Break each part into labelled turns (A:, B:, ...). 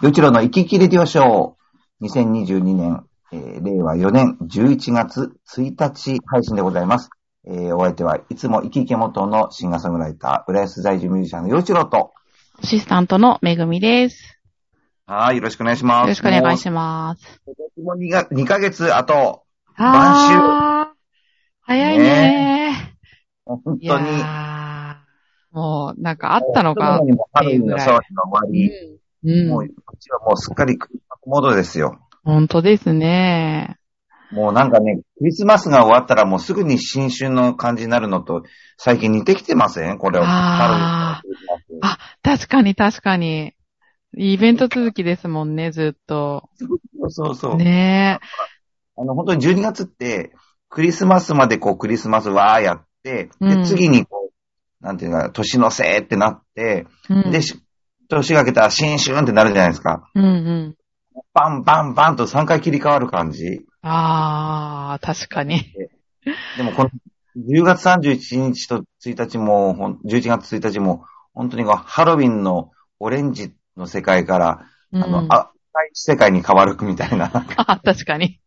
A: 与一郎の行き来レディオショー。2022年、えー令和4年11月1日配信でございます。えーお相手はいつも行き来元のシンガーソングライター、浦安在住ミュージシャンの与一郎と。
B: アシスタントのめぐみです。
A: はい、よろしくお願いします。
B: よろしくお願いします。
A: す。もう 2, が2ヶ月後、
B: あー早いね
A: 本当に。
B: いやーもう、なんかあったのか
A: も。う春の騒ぎの
B: う
A: 終わ
B: ん。
A: り、もう、
B: うん。
A: うちはもうすっかりモードですよ。
B: 本当ですね。
A: もうなんかね、クリスマスが終わったらもうすぐに新春の感じになるのと最近似てきてませんこれを。
B: あー
A: 春のクリスマ
B: あ、確かに確かに。イベント続きですもんね、ずっと。
A: スそうそうそう、
B: ね
A: あの、本当に12月って、クリスマスまでこうクリスマスわーやって、
B: う
A: で、
B: ん
A: 次にこう、なんていうか、年のせいってなって、
B: え。うん
A: で、し年が明けたら新春ってなるじゃないですか。
B: うんうん。
A: バンバンバンと3回切り替わる感じ。
B: あー、確かに。
A: でもこの10月31日と1日も、ほん11月1日も、本当にこうハロウィンのオレンジの世界から、
B: うん、
A: あの、あ、赤い世界に変わるみたいな。なんか
B: あ、確 かに。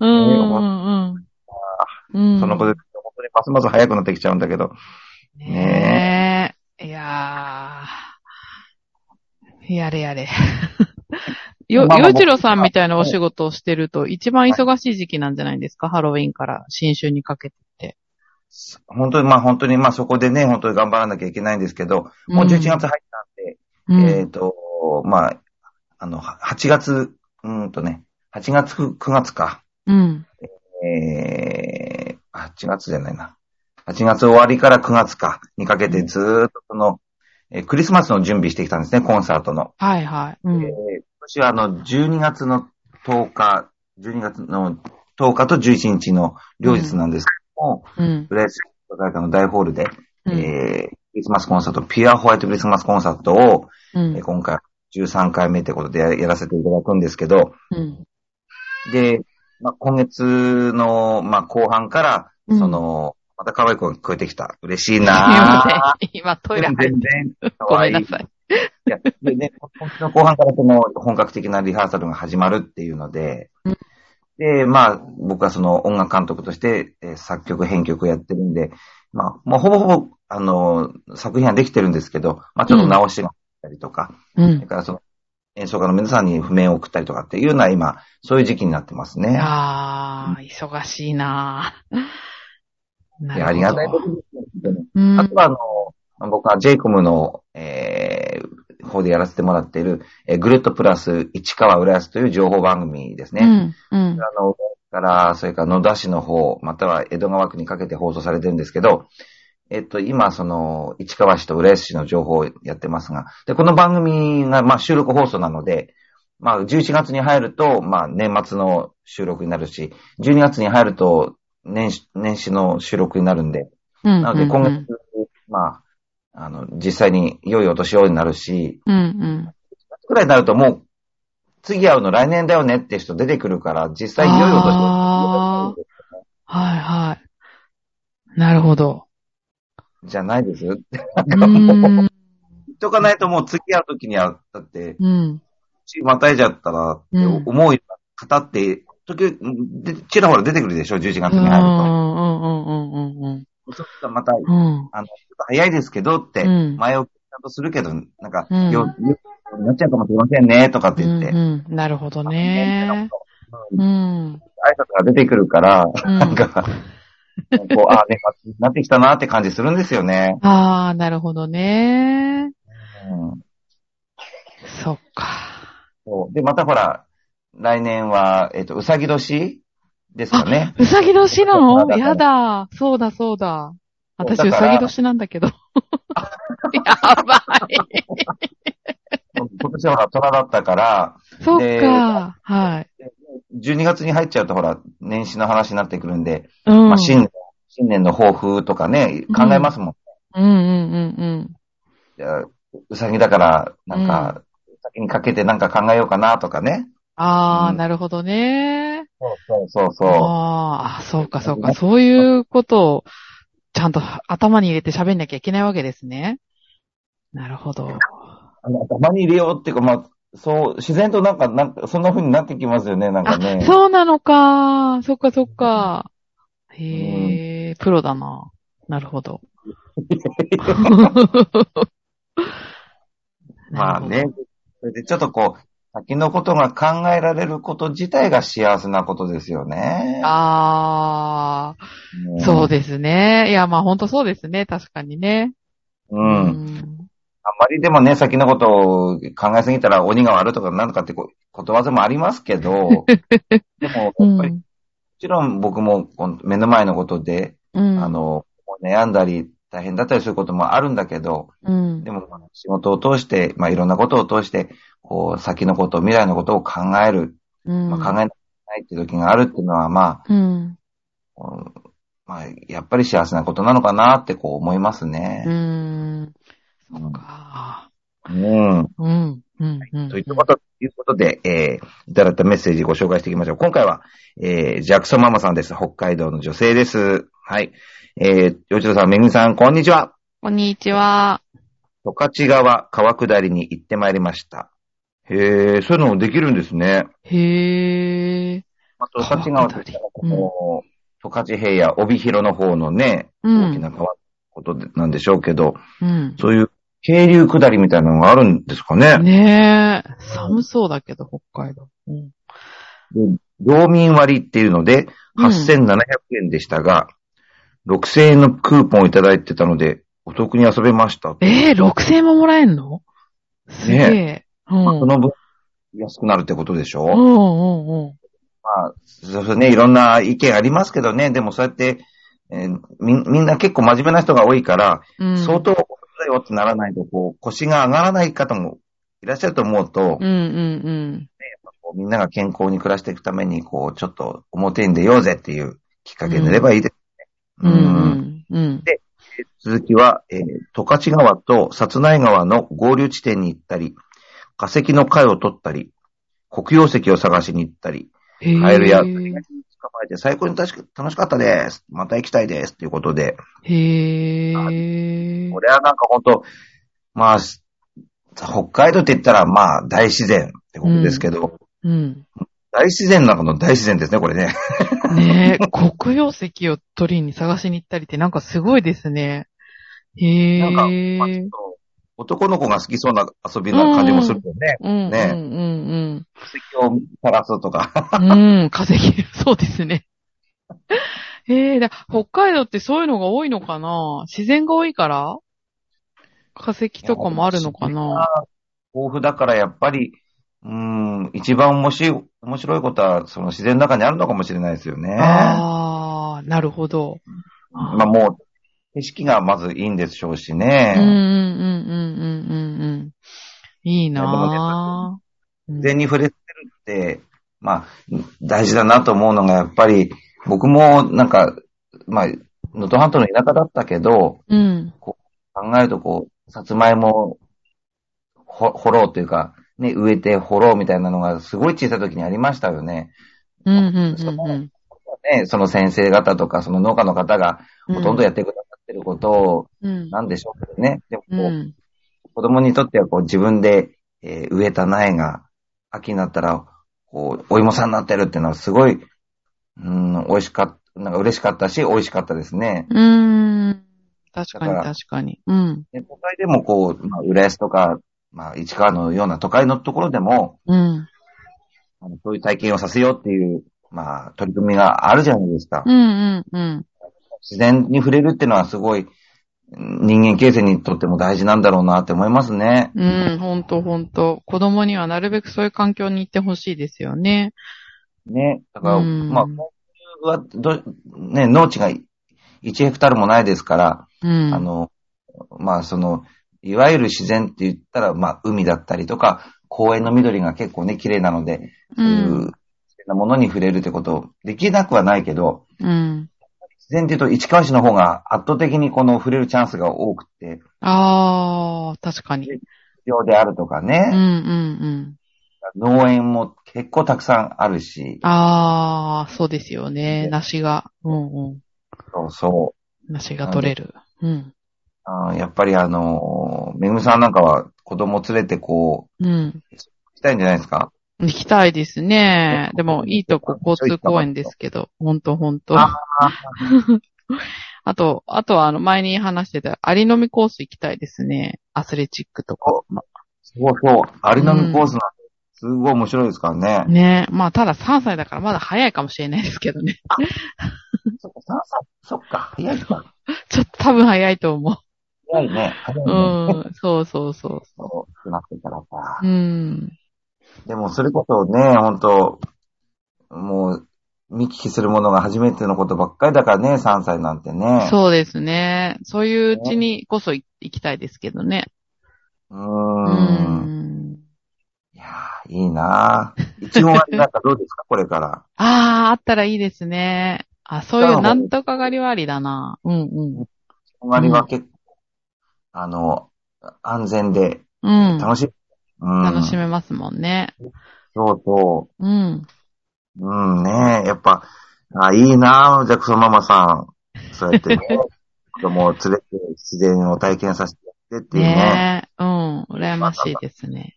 B: うんうんうん。うん。
A: そのことで、本当にますます早くなってきちゃうんだけど。
B: ねえ。いやー。やれ やれ。よ、
A: まあまあ
B: よいちろさんみたいなお仕事をしてると、一番忙しい時期なんじゃないですか、ハロウィンから新春にかけて。
A: 本当に、まあ本当に、まあそこでね、本当に頑張らなきゃいけないんですけど、もう11月入ったんで、
B: うん、
A: えっ、と、まあ、あの、は8月、うーんとね、8月、9月か。
B: うん。
A: えー、8月じゃないな。8月終わりから9月か、にかけてずーっとその、えークリスマスの準備してきたんですね、コンサートの。
B: はいはい。う
A: えー
B: ん。
A: 今年はあの、12月の10日、12月の10日と11日の両日なんですけども、
B: うん。
A: ブレイス社会科の大ホールで、
B: うん
A: えークリスマスコンサート、ピュアホワイトクリスマスコンサートを、
B: うん
A: えー今回13回目ってことでややらせていただくんですけど、
B: うん。
A: で、まあ、今月の、まあ、後半から、
B: うん
A: その、また可愛い声が聞こえてきた。嬉しい
B: すいま
A: な
B: せ
A: ぁ。
B: ん今トイレ入って
A: 全然。
B: ご
A: 可
B: め
A: 愛
B: ん
A: い
B: なさい。
A: いや、でね、今月の後半からこの本格的なリハーサルが始まるっていうので、で、まあ、僕はその音楽監督として、えー作曲、編曲をやってるんで、まあ、もうほぼほぼ、あのー、作品はできてるんですけど、まあ、ちょっと直しがあったりとか、
B: う
A: それ
B: ん。
A: からその、演奏家の皆さんに譜面を送ったりとかっていうのは今、そういう時期になってますね。
B: あー、忙しいなぁ。ないるほど
A: や、ありがたいことですよ本当に
B: うん。
A: あとは、あの、僕は j イコムの、えー、方でやらせてもらっている、えー、グルットプラス市川浦安という情報番組ですね。
B: うん。うん。
A: あの、から、それから野田市の方、または江戸川区にかけて放送されてるんですけど、えっと、今、その、市川市と浦安市の情報をやってますが、で、この番組が、まあ、収録放送なので、まあ、11月に入ると、まあ、年末の収録になるし、12月に入ると、年始、年始の収録になるんで、
B: うん。
A: なので、今
B: う
A: 月
B: ん、
A: まあ、あの、実際に良いお年をになるし、
B: うんうん。
A: くらいになるともう、次会うの来年だよねって人出てくるから、実際良いお
B: あ
A: 年
B: はいはい。なるほど。
A: じゃないです言
B: うーん。
A: っとかないともう次会う時には、だって、
B: うん。
A: 年またいじゃったらって思うような方って、時々、でちらほら出てくるでしょ、11
B: うん
A: 月
B: うんう
A: に
B: ん
A: 入る
B: うんうん
A: と。そうするとまた、ちょっ
B: うん。
A: と早いですけどって、
B: うん
A: 前置きちゃんとするけど、なんか、
B: うん
A: よ、よなっちゃうかもしれませんね、とかって
B: う
A: 言って。
B: んうん。なるほどね。
A: うん
B: うん。
A: 挨拶が出てくるから、
B: うん
A: なんか、こう、ああ、ね、なってきたなって感じするんですよね。
B: ああ、なるほどね。
A: うん
B: そっ か。
A: そうで、またほら、来年は、えっ、と、うさぎ年ですか ね。
B: うさぎ年な
A: だ
B: の
A: から
B: やだ。そうだそうだ。私、
A: そう
B: う
A: だから
B: さぎ年な んだけど。やばい。
A: 今年はほら、虎だったから、
B: そっ
A: で
B: か。はい。
A: 12月に入っちゃうとほら、年始の話になってくるんで、
B: うん。
A: まあ、新年、新年の抱負とかね、考えますもん。
B: うんうんうんうん。
A: いやうさぎだから、なんか、先にかけてなんか考えようかなとかね。
B: ああ、
A: うん
B: なるほどね。
A: そうそうそうそう。
B: ああ、そうかそうか。そういうことを、ちゃんと頭に入れて喋んなきゃいけないわけですね。なるほど。
A: あの、たまに入れようっていうか、まあ、そう、自然となんか、なんか、そんな風になってきますよね、なんか
B: あ、
A: ね。
B: そうなのか。そっかそっか。へえ、プロだな。なるほど。
A: まあね。それでちょっとこう、先のことが考えられること自体が幸せなことですよね。
B: ああ、
A: うん
B: そうですね。いや、まあ本当そうですね。確かにね。
A: う。
B: うん
A: あんまりでもね、先のことを考えすぎたら鬼が悪いとかなんとかってこことわざもありますけ ど、でも、
B: う
A: やっぱり、も
B: ん。
A: ちろん僕もこの目の前のことで、
B: うん。
A: あ、の、悩んだり、大変だったりすることもあるんだけど、
B: うん
A: で。も、まあ仕事を通して、まあ、いろんなことを通して、こう、先のこと、未来のことを考える、
B: うん。
A: まあ、考えなきゃいけないっていう時があるっていうのは、まあ、
B: うん。
A: うんまあ、やっぱり幸せなことなのかなって、こう思います
B: う
A: ね。
B: ん。そうか。
A: うん。
B: うん。うん。うん。
A: ということ、ということで、えー、いただいたメッセージご紹介していきましょう。今回は、えー、ジャクソンママさんです。北海道の女性です。はい。えー、よちろさん、めぐみさん、こんにちは。
B: こんにちは。
A: 十勝川川下りに行ってまいりました。へえ、そういうのもできるんですね。
B: へえ。
A: まあ、十勝川といったらこう十勝平野、帯広の方のね、
B: う
A: 大き
B: ん。
A: な川のことでなんでしょうけど、
B: うん。
A: そういう渓流下りみたいなのがあるんですかね。
B: ねえ。寒そうだけど、北海道。うん。
A: 道民割っていうので、8700円でしたが、6000円のクーポンをいただいてたので、お得に遊べました。
B: ええ6000円ももらえんのすげえ。う
A: まあ
B: ん。
A: その分、安くなるってことでしょ
B: うんうんうん。
A: まあ、そうですね、いろんな意見ありますけどね、でもそうやって、えーみんみんな結構真面目な人が多いから、
B: うん
A: 相当お得だよってならないと、こう、腰が上がらない方もいらっしゃると思うと、
B: うんうん
A: こうみんなが健康に暮らしていくために、こう、ちょっと表に出ようぜっていうきっかけになればいいです
B: うん。う
A: ね。うん
B: んうんうん。
A: 続きは、えー十勝川と薩内川の合流地点に行ったり、化石の貝を取ったり、黒曜石を探しに行ったり、
B: へえ
A: カエルや、捕まえて最高に楽しく楽しかったです。また行きたいです。ということで、
B: へえ。
A: これはなんか本当まあ、し北海道って言ったら、まあ、大自然ってことですけど、
B: うん。
A: 大自然の中の大自然ですね、これね。
B: ねえ、黒曜石を取りに探しに行ったりってなんかすごいですね。へえ。
A: なんかまあちょっと男の子が好きそうな遊びな感じもするよね。
B: うんうん
A: ね
B: うん
A: 化石を探すとか。
B: うん。うん、化石、そうですね。 へえ、だ北海道ってそういうのが多いのかな自然が多いから化石とかもあるのかな
A: 豊富だからやっぱり、うーん、一番面白い、面白いことは、その自然の中にあるのかもしれないですよね。
B: ああ、なるほど。
A: まあもう、景色がまずいいんでしょうし
B: うんうん
A: ね。
B: うんうんうんうんうん。いいなぁ。
A: 自然に触れてるって、まあ、大事だなと思うのが、やっぱり、僕もなんか、まあ、能登半島の田舎だったけど、
B: うん。
A: 考えるとこう、さつまいも、ほ、掘ろうというか、ね、植えて掘ろうみたいなのが、すごい小さい時にありましたよね。
B: うんうんうんうん。
A: ね、その先生方とか、その農家の方が、ほとんどやってくださってることを、
B: うん。
A: なんでしょうけどね。でもこ
B: う
A: う、
B: ん。
A: 子供にとってはこう自分で、えー植えた苗が秋になったら、こう、お芋さんになってるっていうのはすごい、うん、美味しかった、なんか嬉しかったし、美味しかったですね。
B: うん。確かに
A: だから
B: 確かに。うん。
A: で都会でもこう、まあ、浦安とか、まあ、市川のような都会のところでも、
B: うん。
A: あのそういう体験をさせようっていう、まあ、取り組みがあるじゃないですか。
B: うんうんうん。
A: 自然に触れるっていうのはすごい、うん人間形成にとっても大事なんだろうなって思いますね。
B: うん、ほんとほんと。子供にはなるべくそういう環境に行ってほしいですよね。
A: ね。だから、
B: うん
A: まあ、今週はど、ね、農地が1ヘクタールもないですから、
B: うん。
A: あの、まあ、その、いわゆる自然って言ったら、まあ、海だったりとか、公園の緑が結構ね、綺麗なので、
B: う
A: そういう、
B: ん、
A: 自然なものに触れるってこと、できなくはないけど、
B: うん。
A: 自然って言うと、市川市の方が圧倒的にこの触れるチャンスが多くて、
B: ああ、確かに。
A: 必要であるとか
B: うんう
A: ね、
B: んうん。
A: 農園も結構たくさんあるし、
B: ああ、そうですよね。梨が。うんうん。
A: そうそう、
B: 梨が取れる。うん。
A: あーやっぱりあの、めぐみさんなんかは子供連れてこ
B: うん。
A: う、行きたいんじゃないですか
B: 行きたいですね。でも、いいとこ、交通公園ですけど。ほんと、ほんと。
A: あ
B: あと、あとは、あの、前に話してた、アリのみコース行きたいですね。アスレチックとか。
A: そうそう。アリのみコースなんて、すごい面白いですからね。
B: ねまあ、ただ3歳だからまだ早いかもしれないですけどね。
A: そっか、3歳。そっか、早いか。
B: ちょっと多分早いと思う。
A: 早いね。早いね。
B: うん、そうそうそ
A: そう、少なくてからさ
B: う。う。ん。
A: でも、それこそね、本当もう、見聞きするものが初めてのことばっかりだからね、3歳なんてね。
B: そうですね。そういううちにこそい行きたいですけどね。
A: う。
B: う
A: うーん。
B: ん。
A: いやーいいなぁ。いちご狩りなんかどう ですか、これから。
B: ああ、あったらいいですね。あ、そういうなんとか狩りはありだな。うんうん。
A: いちご狩りは結構、あの、安全で
B: うん。
A: 楽しい。うん。
B: 楽しめますもんね。
A: そうそ
B: うん。
A: う。うんねやっぱ、あいいなぁ、ジャクソンママさん。そうやって ね、子供を連れて自然を体験させてやってっていうね。
B: ねえ。うん。羨ましいですね。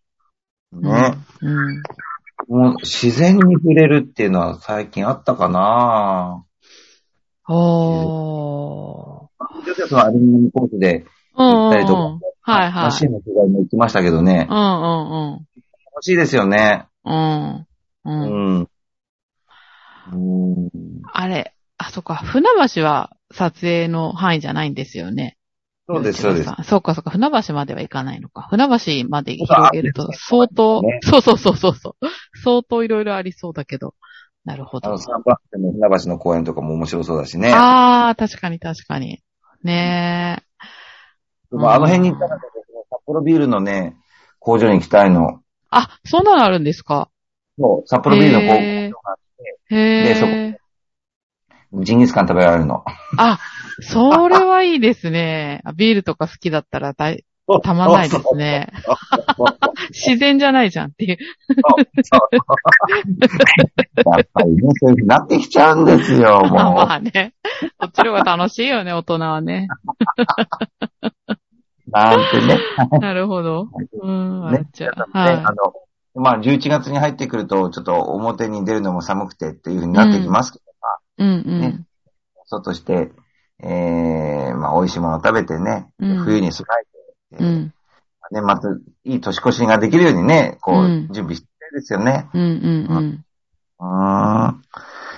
A: ね
B: うん。うん。
A: もう自然に触れるっていうのは最近あったかな
B: おー。
A: ぁ。ちょっとアルミニウムコースで
B: うん
A: 行ったりとか、
B: うんうん。はいは
A: マシ
B: い。
A: ンの世界も行きましたけどね
B: う。ん
A: 楽しいですよね。
B: うん
A: う
B: うん。う。
A: ん
B: うん。
A: ん。うん。
B: あれ、あ、そっか、船橋は撮影の範囲じゃないんですよね。
A: そうです、そうで
B: 吉
A: す
B: 野。さん。そうか、そうか、船橋までは行かないのか。船橋まで広げると相当、
A: ね
B: そうそうそうそうそう。相当いろいろありそうだけど。なるほ
A: あ
B: ど
A: の、。三番線の船橋の公園とかも面白そうだしね。
B: ああ、確かに確かに。ねえ。
A: まあ、あの辺に行ったら、札幌ビールのね、工場に行きたいの。
B: あ、そんなのあるんですか
A: そう、札幌ビールの工場
B: へー
A: が、
B: へ
A: でそこ
B: え。
A: ジンギスカン食べられるの。
B: あ、それはいいですね。あビールとか好きだったら大たまんないですね。自然じゃないじゃんっていう。
A: やっぱりね、そういう風になってきちゃうんですよ、
B: まあま
A: も
B: あね。こっちの方が楽しいよね、大人はね。
A: う。なんてね。
B: なるほど。うん、
A: ね
B: 笑っちゃう。
A: ね
B: は
A: あの、まあ、11月に入ってくると、ちょっと表に出るのも寒くてっていう風になってきますけど、
B: い。うん
A: ね外して、ええまあ、美味しいものを食べてね、
B: うん
A: 冬に備え
B: うん。う
A: て、
B: ん。
A: ね、また、いい年越しができるようにね、こ
B: う
A: う、
B: ん
A: 準備してるんですよね。
B: うんうんうん。
A: うーん。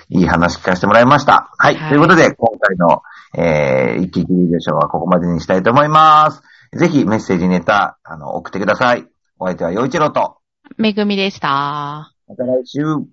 A: いい話聞かせてもらいました。はい。
B: はい
A: ということで、今回の、えー、一気にショーはここまでにしたいと思います。ぜひメッセージネタ、あの、送ってください。お相手は陽一郎と、
B: めぐみでした。
A: また来週。